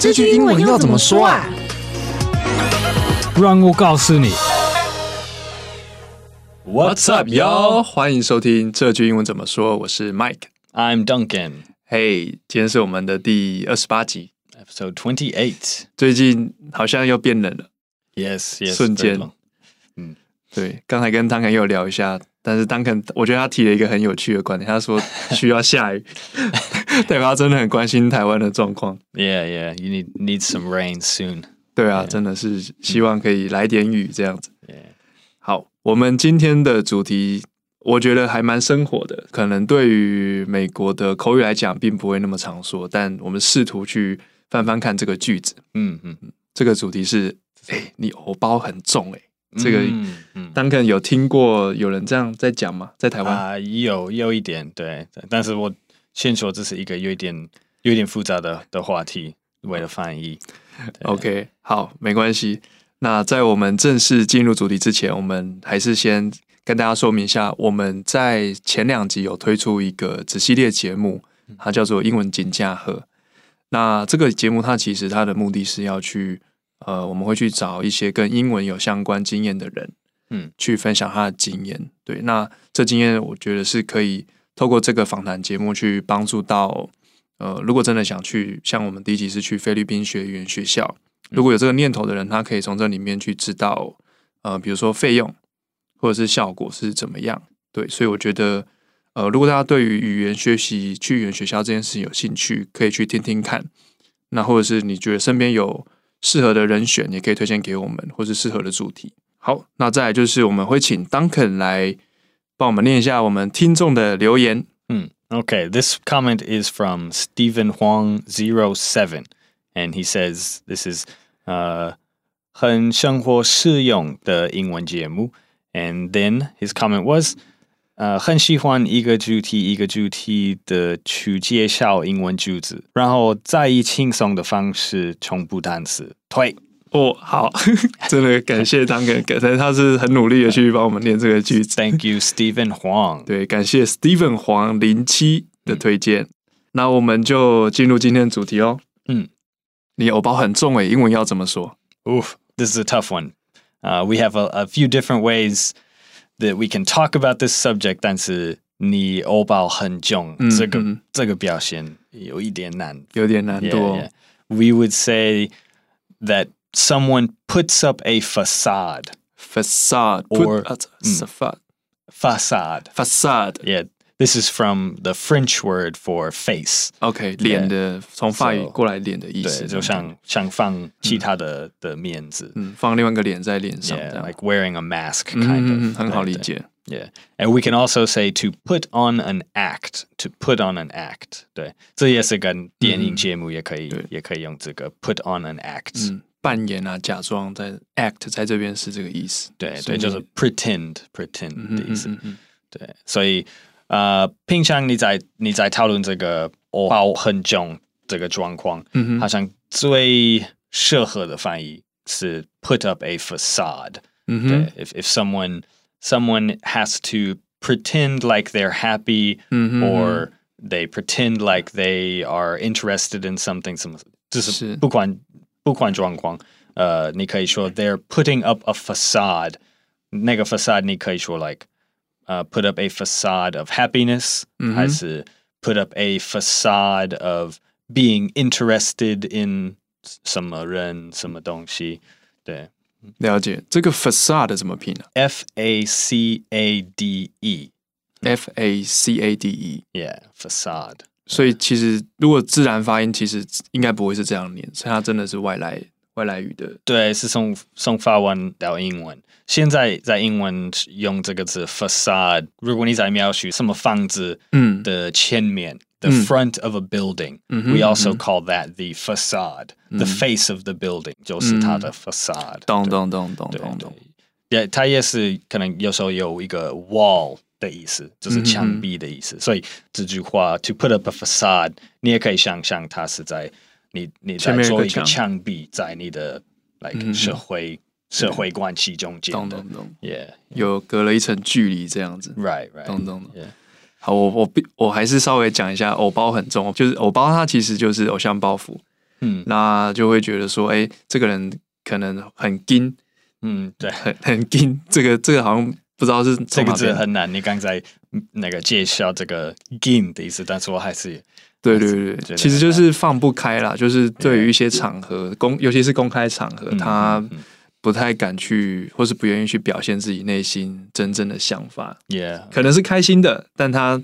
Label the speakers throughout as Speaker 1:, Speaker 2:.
Speaker 1: 这句英文要怎么说啊？
Speaker 2: 让我告诉你。
Speaker 3: What's up, yo？欢迎收听这句英文怎么说，我是 Mike。
Speaker 4: I'm Duncan,
Speaker 3: 嘿、今天是我们的第二十八集，
Speaker 4: episode 28.
Speaker 3: 最近好像又变冷了。
Speaker 4: Yes, yes.
Speaker 3: 瞬间
Speaker 4: very long.
Speaker 3: 对，刚才跟 Duncan 又聊一下，但是 Duncan 我觉得他提了一个很有趣的观点，他 说需要下雨， 代表他真的很关心台湾的状况。
Speaker 4: Yeah, yeah. You need need some rain soon.
Speaker 3: 对啊，真的是希望可以来点雨这样子。
Speaker 4: Yeah.
Speaker 3: 好，我们今天的主题，我觉得还蛮生活的，可能对于美国的口语来讲，并不会那么常说，但我们试图去翻翻看这个句子。
Speaker 4: 嗯嗯，
Speaker 3: 这个主题是：哎、你偶包很重哎、这个
Speaker 4: 嗯嗯，
Speaker 3: Duncan 有听过有人这样在讲吗？在台湾、
Speaker 4: hmm. 啊，有有一点对，但是我先说这是一个有一点有一点复杂的的话题，为了翻译。
Speaker 3: o k 好，没关系。那在我们正式进入主题之前，我们还是先跟大家说明一下，我们在前两集有推出一个子系列节目，它叫做《英文金价盒》。那这个节目它其实它的目的是要去，呃，我们会去找一些跟英文有相关经验的人，
Speaker 4: 嗯，
Speaker 3: 去分享他的经验。对，那这经验我觉得是可以透过这个访谈节目去帮助到，呃，如果真的想去，像我们第一集是去菲律宾学语言学校，如果有这个念头的人，他可以从这里面去知道，呃，比如说费用或者是效果是怎么样。对，所以我觉得，呃，如果大家对于语言学习去语言学校这件事情有兴趣，可以去听听看。那或者是你觉得身边有适合的人选，也可以推荐给我们，或是适合的主题。好，那再来就是我们会请 Duncan 来帮我们念一下我们听众的留言。
Speaker 4: Hmm. Okay, this comment is from Stephen Huang07, and he says this is uh, 很生活适用的英文节目. And then his comment was uh, 很喜欢一个主题一个主题的去介绍英文句子，然后再以轻松的方式重复单词。推。
Speaker 3: 哦，好， 真的感谢 Duncan，感谢他是很努力的去帮我们念这个句子。
Speaker 4: Thank you, Stephen Huang.
Speaker 3: 对，感谢 Steven 黄零七的推荐。那我们就进入今天的主题哦。
Speaker 4: 嗯，
Speaker 3: 你偶包很重诶，英文要怎么说？
Speaker 4: Oof, this is a tough one. Uh, we have a, a few different ways that we can talk about this subject, 但是你欧包很重，
Speaker 3: 嗯，
Speaker 4: 这个-
Speaker 3: 嗯。
Speaker 4: 这个表现有一点难。
Speaker 3: 有点难
Speaker 4: Yeah,
Speaker 3: 度哦。
Speaker 4: yeah. We would say that someone puts up a facade.
Speaker 3: Facade
Speaker 4: Or- 嗯
Speaker 3: put 啊 facade
Speaker 4: Facade.
Speaker 3: facade
Speaker 4: Yeah, this is from the French word for face.
Speaker 3: OK 脸的从法语
Speaker 4: So-
Speaker 3: 过来脸的意思，Mm.
Speaker 4: 对，就像像放其他的、的面子。
Speaker 3: 嗯放另外一个脸在脸上这
Speaker 4: Yeah,
Speaker 3: 样，
Speaker 4: like wearing a mask,
Speaker 3: 嗯
Speaker 4: kind of.
Speaker 3: 嗯嗯 Mm-hmm, 很好理
Speaker 4: 对，对。
Speaker 3: 解。
Speaker 4: Yeah. And we can also say to put on an act, to put on an act. 对，这也是跟电影节目也可以、
Speaker 3: 对。
Speaker 4: 也可以用这个 put on an act、
Speaker 3: 嗯，扮演啊，假装在 act 在这边是这个意思。所以
Speaker 4: 对对，
Speaker 3: 你
Speaker 4: 就是 pretend pretend
Speaker 3: 嗯嗯嗯嗯嗯
Speaker 4: 的意思。对，所以呃，平常你在你在讨论这个包很
Speaker 3: 嗯哼
Speaker 4: 重这个状况，好像最适合的翻译是 put up a facade、
Speaker 3: 嗯哼
Speaker 4: 对，if if someone someone has to pretend like they're happy
Speaker 3: 嗯哼，
Speaker 4: or they pretend like they are interested in something
Speaker 3: 是。
Speaker 4: 什么，就是不管不管状况，呃，你可以说 uh, they're putting up a facade. 那个 facade 你可以说 like 呃 put up a facade of happiness
Speaker 3: 嗯哼。
Speaker 4: 还是 put up a facade of being interested in 什么人什么东西，对。
Speaker 3: 了解这个 facade 怎么拼啊
Speaker 4: F A C A D E.
Speaker 3: ？F A C A D E。
Speaker 4: Yeah, facade.
Speaker 3: 所以其实如果自然发音，其实应该不会是这样念，所以它真的是外来外来语的。
Speaker 4: 对，是从从法文到英文。现在在英文用这个字 facade。如果你在描述什么房子的前面、
Speaker 3: 嗯
Speaker 4: the
Speaker 3: 嗯。
Speaker 4: front of a building,
Speaker 3: 嗯哼，
Speaker 4: we also
Speaker 3: 嗯哼。
Speaker 4: call that the facade, the
Speaker 3: 嗯。
Speaker 4: face of the building 就是它的 facade。
Speaker 3: 懂懂懂懂懂懂。
Speaker 4: 也它也是可能有时候有一个 wall
Speaker 3: 嗯
Speaker 4: 的意思，就是墙壁的意思。所以这句话 to put up a facade，你也可以想象它是在你你在做一个墙壁，在你的 like
Speaker 3: 嗯哼哼。
Speaker 4: 社会-社会关系中间的。
Speaker 3: 懂懂懂，
Speaker 4: Yeah,
Speaker 3: 有隔了一层距离这样子。
Speaker 4: right, right.
Speaker 3: 懂懂懂
Speaker 4: Yeah.
Speaker 3: 好，我我必我还是稍微讲一下，偶包很重，就是偶包它其实就是偶像包袱，
Speaker 4: 嗯
Speaker 3: 那就会觉得说，哎，这个人可能很精，
Speaker 4: 嗯，对，
Speaker 3: 很很精，这个这个好像不知道是
Speaker 4: 这
Speaker 3: 从
Speaker 4: 个
Speaker 3: 哪
Speaker 4: 字
Speaker 3: 边，
Speaker 4: 很难。你刚才嗯那个介绍这个 game 的意思，但是我还是
Speaker 3: 对对对
Speaker 4: 觉
Speaker 3: 对，
Speaker 4: 得
Speaker 3: 其实就是放不开啦，就是对于
Speaker 4: Yeah
Speaker 3: 一些场合公，尤其是公开场合，
Speaker 4: 嗯
Speaker 3: 他
Speaker 4: 嗯嗯
Speaker 3: 不太敢去，或是不愿意去表现自己内心真正的想法，
Speaker 4: yeah
Speaker 3: 可能是开心的，但他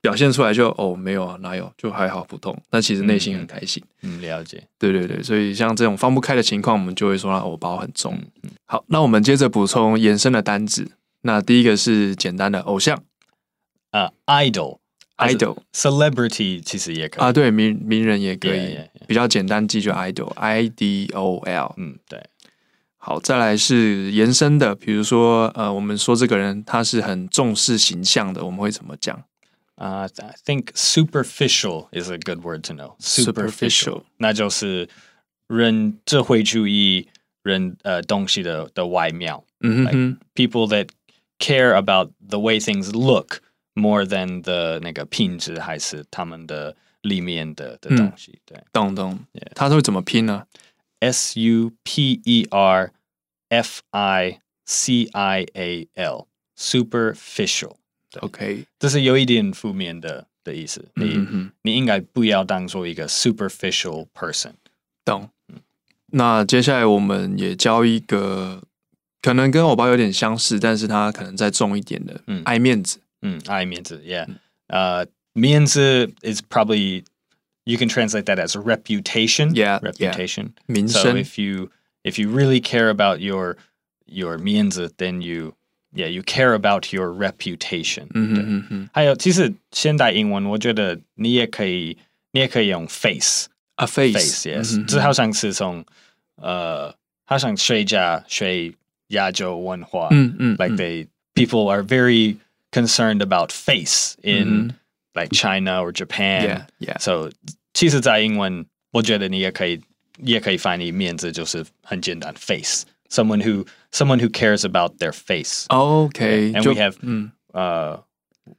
Speaker 3: 表现出来就哦没有啊，哪有，就还好普通，但其实内心很开心。
Speaker 4: 嗯了解。
Speaker 3: 对对对，所以像这种放不开的情况，我们就会说他偶包很重。
Speaker 4: 嗯
Speaker 3: 好，那我们接着补充延伸的单字。那第一个是简单的偶像
Speaker 4: 呃，idol、
Speaker 3: idol
Speaker 4: celebrity 其实也可
Speaker 3: 啊，
Speaker 4: 以。
Speaker 3: 对，名名人也可以
Speaker 4: Yeah, yeah,
Speaker 3: 比较简单记就 idol，i d o l。
Speaker 4: 嗯，对，
Speaker 3: 好，再来是延伸的，比如说呃，我们说这个人他是很重视形象的，我们会怎么讲？
Speaker 4: 啊、i Uh, think superficial is a good word to know.
Speaker 3: Superficial
Speaker 4: 那就是人只会注意人呃东西的的外貌。
Speaker 3: 嗯哼哼
Speaker 4: People that care about the way things look more than the 那个品质还是他们的里面的的东西。对
Speaker 3: 懂懂，他会怎么拼呢？
Speaker 4: ，S U P E R F I C I A L superficial，
Speaker 3: OK，
Speaker 4: 这是有一点负面的的意思。你、
Speaker 3: 嗯哼，
Speaker 4: 你应该不要当做一个 superficial person。
Speaker 3: 懂。
Speaker 4: 嗯
Speaker 3: 那接下来我们也教一个，可能跟欧巴有点相似，但是他可能再重一点的，
Speaker 4: 嗯
Speaker 3: 爱面子。
Speaker 4: 嗯，爱面子，yeah。呃，面子 is probably you can translate that as reputation.
Speaker 3: Yeah, yeah.
Speaker 4: reputation.
Speaker 3: 名
Speaker 4: So
Speaker 3: 声
Speaker 4: if you if you really care about your your 面子，then you yeah you care about your reputation.
Speaker 3: 嗯
Speaker 4: 对
Speaker 3: 哼哼哼
Speaker 4: 还有，其实现代英文，我觉得你也可以，你也可以用 face。
Speaker 3: ，a face，,
Speaker 4: face yes，、
Speaker 3: 嗯哼
Speaker 4: 这好像是从呃，好像学家学亚洲文化，
Speaker 3: 嗯嗯
Speaker 4: 啊 like they people are very concerned about face in、like China or
Speaker 3: 嗯
Speaker 4: Japan，、
Speaker 3: yeah, yeah.
Speaker 4: so 其实，在英文，我觉得你也可以也可以翻译面子，就是很简单 face someone who someone who cares about their face，
Speaker 3: OK，
Speaker 4: Yeah, and
Speaker 3: 就
Speaker 4: we have-
Speaker 3: 嗯
Speaker 4: 呃、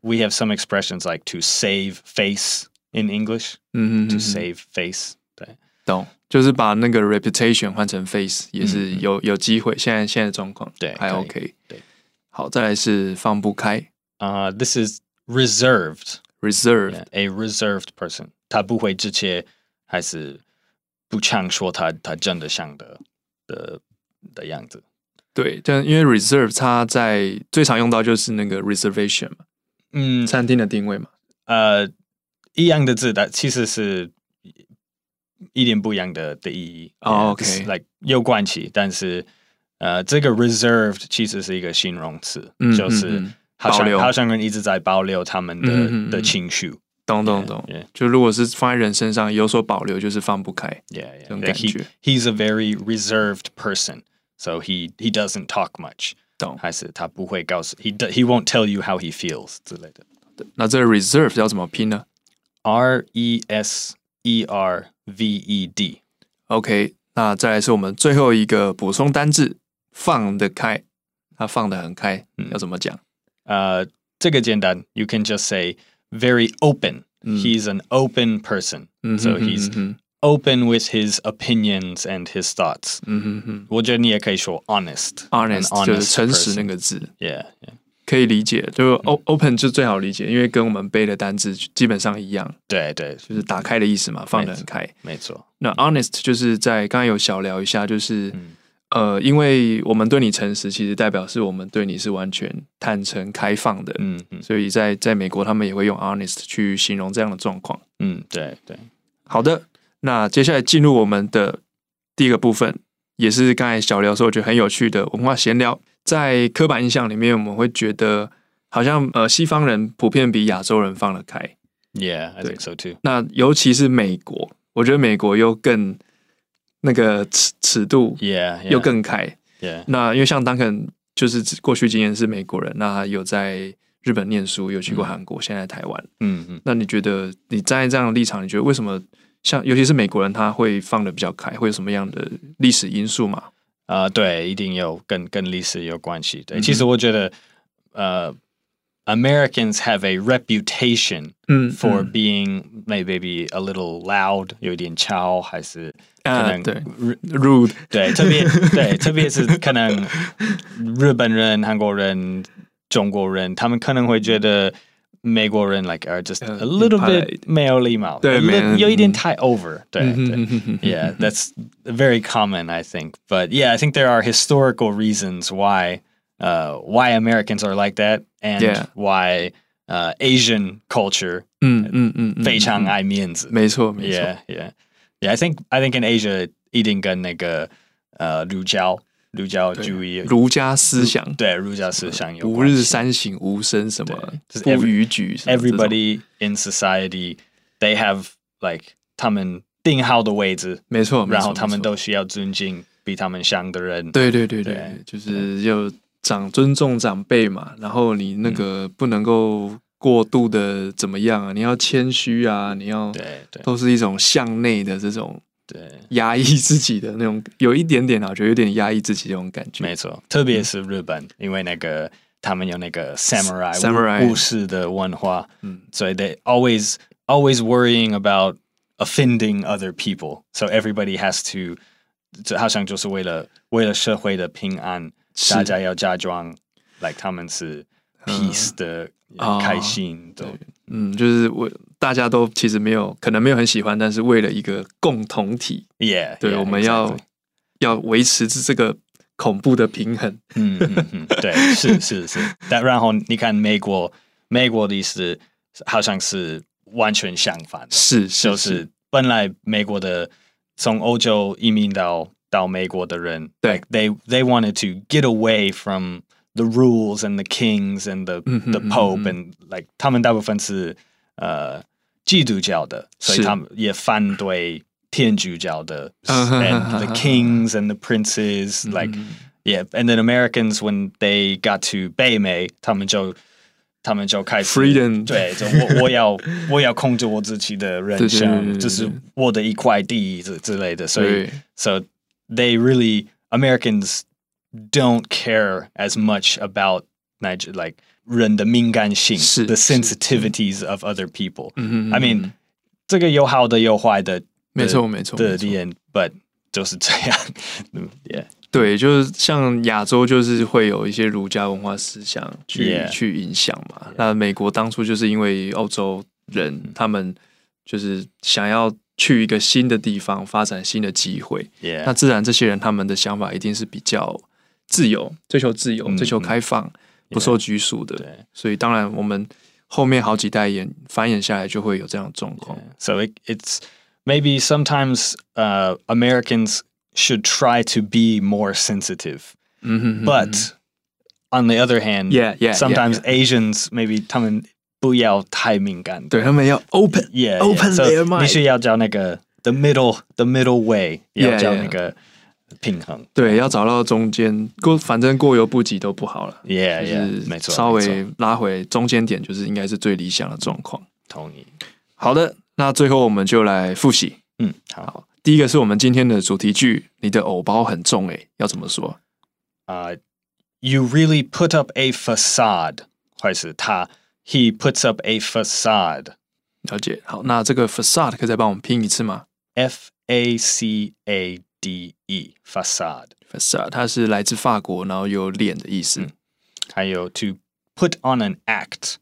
Speaker 4: we have some expressions like to save face in English，to、
Speaker 3: 嗯嗯嗯嗯
Speaker 4: save face，对。
Speaker 3: 懂，就是把那个 reputation 换成 face 也是有有机会。现在现在状况
Speaker 4: 嗯对
Speaker 3: 还
Speaker 4: 可以
Speaker 3: OK，
Speaker 4: 对。
Speaker 3: 好，再来是放不开
Speaker 4: Uh, this is reserved.
Speaker 3: reserve，
Speaker 4: Yeah, a reserved person. 他不会直接还是不强说他他真的想的的的样子。
Speaker 3: 对，但因为 reserve 它在最常用到就是那个 reservation 嘛，
Speaker 4: 嗯，
Speaker 3: 餐厅的定位嘛。
Speaker 4: 呃，一样的字的其实是一点不一样的的意义。Yeah,
Speaker 3: 哦，OK
Speaker 4: it's like 有关系，但是呃，这个 reserved 其实是一个形容词，
Speaker 3: 嗯
Speaker 4: 就是
Speaker 3: 嗯嗯
Speaker 4: 好
Speaker 3: 保
Speaker 4: 像
Speaker 3: 留
Speaker 4: 好像人一直在保留他们的、
Speaker 3: 嗯嗯嗯
Speaker 4: 的
Speaker 3: 嗯
Speaker 4: 情绪。
Speaker 3: 懂懂懂
Speaker 4: yeah
Speaker 3: 就如果是放在人身上有所保留，就是放不开。
Speaker 4: Yeah, yeah.
Speaker 3: 这种
Speaker 4: Like he,
Speaker 3: 感觉。
Speaker 4: he's a very reserved person, so he he doesn't talk much.
Speaker 3: 懂。
Speaker 4: 还是他不会告诉 he do- he won't tell you how he feels 之类的。
Speaker 3: 那这个 reserve 要怎么拼呢
Speaker 4: R E S E R V E D.
Speaker 3: ？OK，那再来是我们最后一个补充单字，放得开，它放得很开，
Speaker 4: 嗯
Speaker 3: 要怎么讲？
Speaker 4: 呃，这个简单。You can just say very open.
Speaker 3: 嗯。
Speaker 4: He's an open person,
Speaker 3: 嗯
Speaker 4: so
Speaker 3: 哼哼
Speaker 4: he's
Speaker 3: 嗯
Speaker 4: open with his opinions and his thoughts.
Speaker 3: 哼嗯哼
Speaker 4: 我觉得你也可以说 honest,
Speaker 3: 哼
Speaker 4: an
Speaker 3: Mm. ，honest 就是诚实
Speaker 4: person. 嗯
Speaker 3: 那个字，
Speaker 4: Yeah, yeah.
Speaker 3: 可以理解，就 o open 就最好理解，因为跟我们背的单字基本上一样，就是打开的意思嘛，放得很开。
Speaker 4: 对对，没错。嗯，嗯
Speaker 3: 那 honest 就是在刚才有小聊一下，就是、呃，因为我们对你诚实，其实代表是我们对你是完全坦诚、开放的，
Speaker 4: 嗯 Mm-hmm.
Speaker 3: 所以在在美国他们也会用 honest 去形容这样的状况。
Speaker 4: Mm, 嗯，嗯，对对。
Speaker 3: 好的，那接下来进入我们的第一个部分，也是刚才小聊的时候我觉得很有趣的文化闲聊。在刻板印象里面，我们会觉得好像呃西方人普遍比亚洲人放得开，
Speaker 4: Yeah, I
Speaker 3: 对。
Speaker 4: think so too.
Speaker 3: 那尤其是美国，我觉得美国又更那个尺尺度
Speaker 4: Yeah, yeah.
Speaker 3: 又更开。
Speaker 4: yeah.
Speaker 3: 那因为像 Duncan 就是过去经验是美国人，那他有在日本念书，有去过韩国，现在在台湾。
Speaker 4: 嗯嗯
Speaker 3: 那你觉得你站在这样的立场，你觉得为什么像尤其是美国人他会放的比较开，会有什么样的历史因素嘛？
Speaker 4: 啊、对，一定有跟跟历史有关系。对，
Speaker 3: 嗯哼
Speaker 4: 其实我觉得，呃， Americans have a reputation
Speaker 3: 嗯
Speaker 4: for
Speaker 3: 嗯
Speaker 4: being may- maybe a little loud, 有一点吵，还是
Speaker 3: 啊
Speaker 4: 可能
Speaker 3: 对
Speaker 4: 日
Speaker 3: rude，
Speaker 4: 对， 特别对，特别是可能日本人、韩国人、中国人，他们可能会觉得美国人 like are just
Speaker 3: 呃
Speaker 4: a little
Speaker 3: 一派
Speaker 4: bit 没有礼貌，
Speaker 3: 对 Mm-hmm，
Speaker 4: a
Speaker 3: 没
Speaker 4: little- 有一点
Speaker 3: 嗯
Speaker 4: 太 over，对对。
Speaker 3: 嗯
Speaker 4: Yeah, that's very common, I think. But yeah, I think there are historical reasons why uh, why Americans are like that, and
Speaker 3: Yeah.
Speaker 4: why uh, Asian culture
Speaker 3: 嗯嗯嗯，嗯
Speaker 4: 非常
Speaker 3: 嗯
Speaker 4: 爱面子。
Speaker 3: 没错没错，
Speaker 4: 啊 Yeah, yeah, yeah. I think I think in Asia 一定跟那个呃儒教儒教主义
Speaker 3: 儒家思想，
Speaker 4: 对儒教思想有
Speaker 3: 吾
Speaker 4: 关
Speaker 3: 日
Speaker 4: 系。
Speaker 3: 三省吾身，什么
Speaker 4: 对就是
Speaker 3: 不
Speaker 4: every-
Speaker 3: 逾矩什么这种
Speaker 4: Everybody in society they have like 他们定好的位置，
Speaker 3: 没错，没错
Speaker 4: 然后他们
Speaker 3: 没错
Speaker 4: 都需要尊敬比他们强的人。
Speaker 3: 对对对对，
Speaker 4: 对
Speaker 3: 就是要长尊重长辈嘛，然后你那个
Speaker 4: 嗯
Speaker 3: 不能够过度的怎么样啊，你要谦虚啊，你要
Speaker 4: 对对
Speaker 3: 都是一种向内的这种
Speaker 4: 对。
Speaker 3: 压抑自己的那种，有一点点啊，我觉得有点压抑自己这种感觉。
Speaker 4: 没错，特别是日本，因为那个他们有那个 samurai
Speaker 3: samurai
Speaker 4: 武武士的文化，
Speaker 3: 嗯
Speaker 4: 嗯，所以 they always always worrying about offending other people, so everybody has to，这好像就是为了为了社会的平安，
Speaker 3: 是
Speaker 4: 大家要假装 like 他们是 peace 的、
Speaker 3: 啊
Speaker 4: 开心的，
Speaker 3: 嗯，就是我大家都其实没有，可能没有很喜欢，但是为了一个共同体，
Speaker 4: yeah，
Speaker 3: 对
Speaker 4: yeah，
Speaker 3: 我们要
Speaker 4: exactly
Speaker 3: 要维持这个恐怖的平衡。
Speaker 4: 嗯嗯嗯，对，是是是。但然后你看美国，美国的是好像是完全相反的，
Speaker 3: 是是
Speaker 4: 就是本来美国的从欧洲移民到到美国的人，
Speaker 3: 对
Speaker 4: like they they wanted to get away from the rules and the kings and the
Speaker 3: 嗯哼
Speaker 4: the
Speaker 3: 嗯哼
Speaker 4: pope and like 他们大部分是呃基督教的，所以
Speaker 3: 是
Speaker 4: 他们也反对天主教的
Speaker 3: 嗯哼
Speaker 4: and
Speaker 3: 嗯哼
Speaker 4: the kings and the princes
Speaker 3: Mm-hmm,
Speaker 4: like yeah and then Americans when they got to 北美，他们就他们就开始
Speaker 3: Freedom
Speaker 4: 对，就我我要我要控制我自己的人
Speaker 3: 对对对对
Speaker 4: 生，
Speaker 3: 对
Speaker 4: 这是我的一块地之之类的，所以
Speaker 3: 对
Speaker 4: so they really Americans don't care as much about Niger- like 人的敏感性
Speaker 3: 是
Speaker 4: the
Speaker 3: 是
Speaker 4: sensitivities of other people.
Speaker 3: 嗯
Speaker 4: I mean 这个有好的有坏的
Speaker 3: 没错没错
Speaker 4: 的
Speaker 3: 没错
Speaker 4: end，but 就是这样 ，yeah。
Speaker 3: 对，就是像亚洲，就是会有一些儒家文化思想去
Speaker 4: Yeah.
Speaker 3: 去影响嘛。那美国当初就是因为欧洲人
Speaker 4: 嗯
Speaker 3: 他们就是想要去一个新的地方发展新的机会，
Speaker 4: Yeah.
Speaker 3: 那自然这些人他们的想法一定是比较自由，追求自由，
Speaker 4: 嗯
Speaker 3: 追求开放，不受拘束的。
Speaker 4: 对
Speaker 3: 所以当然我们后面好几代演繁衍下来就会有这样的状况。
Speaker 4: So it, it's maybe sometimes uh, Americans should try to be more sensitive,
Speaker 3: 嗯哼哼
Speaker 4: but on the other hand,
Speaker 3: Mm-hmm, Yeah, yeah, yeah,
Speaker 4: sometimes
Speaker 3: yeah.
Speaker 4: Asians maybe 他们不要太敏感。
Speaker 3: 对他们要 open
Speaker 4: yeah,
Speaker 3: open
Speaker 4: yeah. So
Speaker 3: their mind，
Speaker 4: 你是要找那个 the middle the middle way，
Speaker 3: Yeah,
Speaker 4: 要找那个平衡。
Speaker 3: 对，要找到中间过，反正过犹不及都不好了。
Speaker 4: Yeah,
Speaker 3: 就
Speaker 4: yeah，
Speaker 3: 是
Speaker 4: 没错，
Speaker 3: 稍微拉回中间点，就是应该是最理想的状况。
Speaker 4: 没错，同意。
Speaker 3: 好的，那最后我们就来复习。
Speaker 4: 嗯，好。
Speaker 3: 第一个是我们今天的主题句，你的偶包很重诶、要怎么说？
Speaker 4: uh, you really put up a facade. 或者是他 he puts up a facade.
Speaker 3: 了解。好，那这个 facade 可以再帮我们拼一次吗
Speaker 4: F A C A D E facade.
Speaker 3: ？facade 它是来自法国，然后有脸的意思。
Speaker 4: 嗯还有 to put on an act.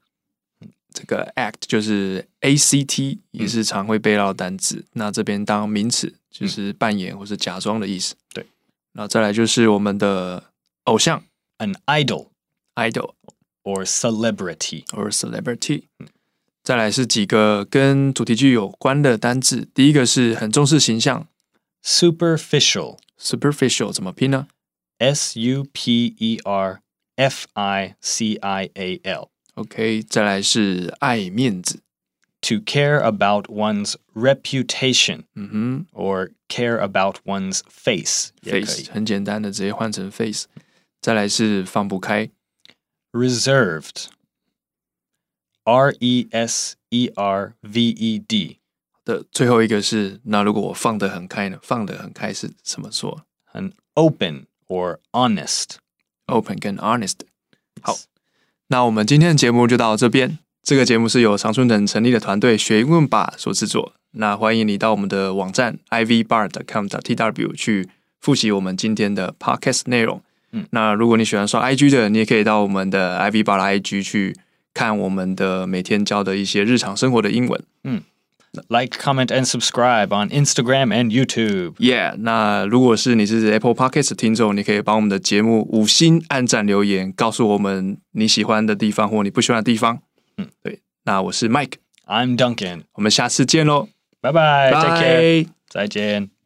Speaker 3: 这个 act 就是 a c t，也
Speaker 4: 嗯
Speaker 3: 是常会背到的单字。那这边当名词，就是扮演或是假装的意思。
Speaker 4: 嗯对。
Speaker 3: 那再来就是我们的偶像
Speaker 4: An idol
Speaker 3: idol。
Speaker 4: or celebrity.
Speaker 3: or celebrity。
Speaker 4: 嗯
Speaker 3: 再来是几个跟主题句有关的单字，第一个是很重视形象
Speaker 4: Superficial.
Speaker 3: （superficial） 怎么拼呢
Speaker 4: S U P E R F I C I A L.
Speaker 3: ？OK，再来是爱面子，
Speaker 4: To care about one's reputation
Speaker 3: 嗯
Speaker 4: or care about one's face.
Speaker 3: 哼
Speaker 4: 也可以。
Speaker 3: ，face 很简单的，直接换成 face。再来是放不开
Speaker 4: reserved. R E S E R V E D.
Speaker 3: 的，最后一个是那如果我放得很开呢？放得很开是什么说
Speaker 4: An open or honest.
Speaker 3: ？open 跟 honest。好，那我们今天的节目就到这边。这个节目是由常春藤成立的团队学英文吧所制作。那欢迎你到我们的网站 ivbar.com.tw 去复习我们今天的 podcast 内容。
Speaker 4: 嗯
Speaker 3: 那如果你喜欢刷 IG 的，你也可以到我们的 ivbar 的 IG 去看我们的每天教的一些日常生活的英文。
Speaker 4: Like, comment, and subscribe on Instagram and YouTube.
Speaker 3: Yeah，那如果是你是 Apple Podcast 的听众，你可以帮我们的节目五星按赞留言，告诉我们你喜欢的地方或你不喜欢的地方。嗯，对。那我是 Mike，
Speaker 4: I'm Duncan.
Speaker 3: 我们下次见喽，
Speaker 4: Bye bye.
Speaker 3: 拜
Speaker 4: Take care. 再见.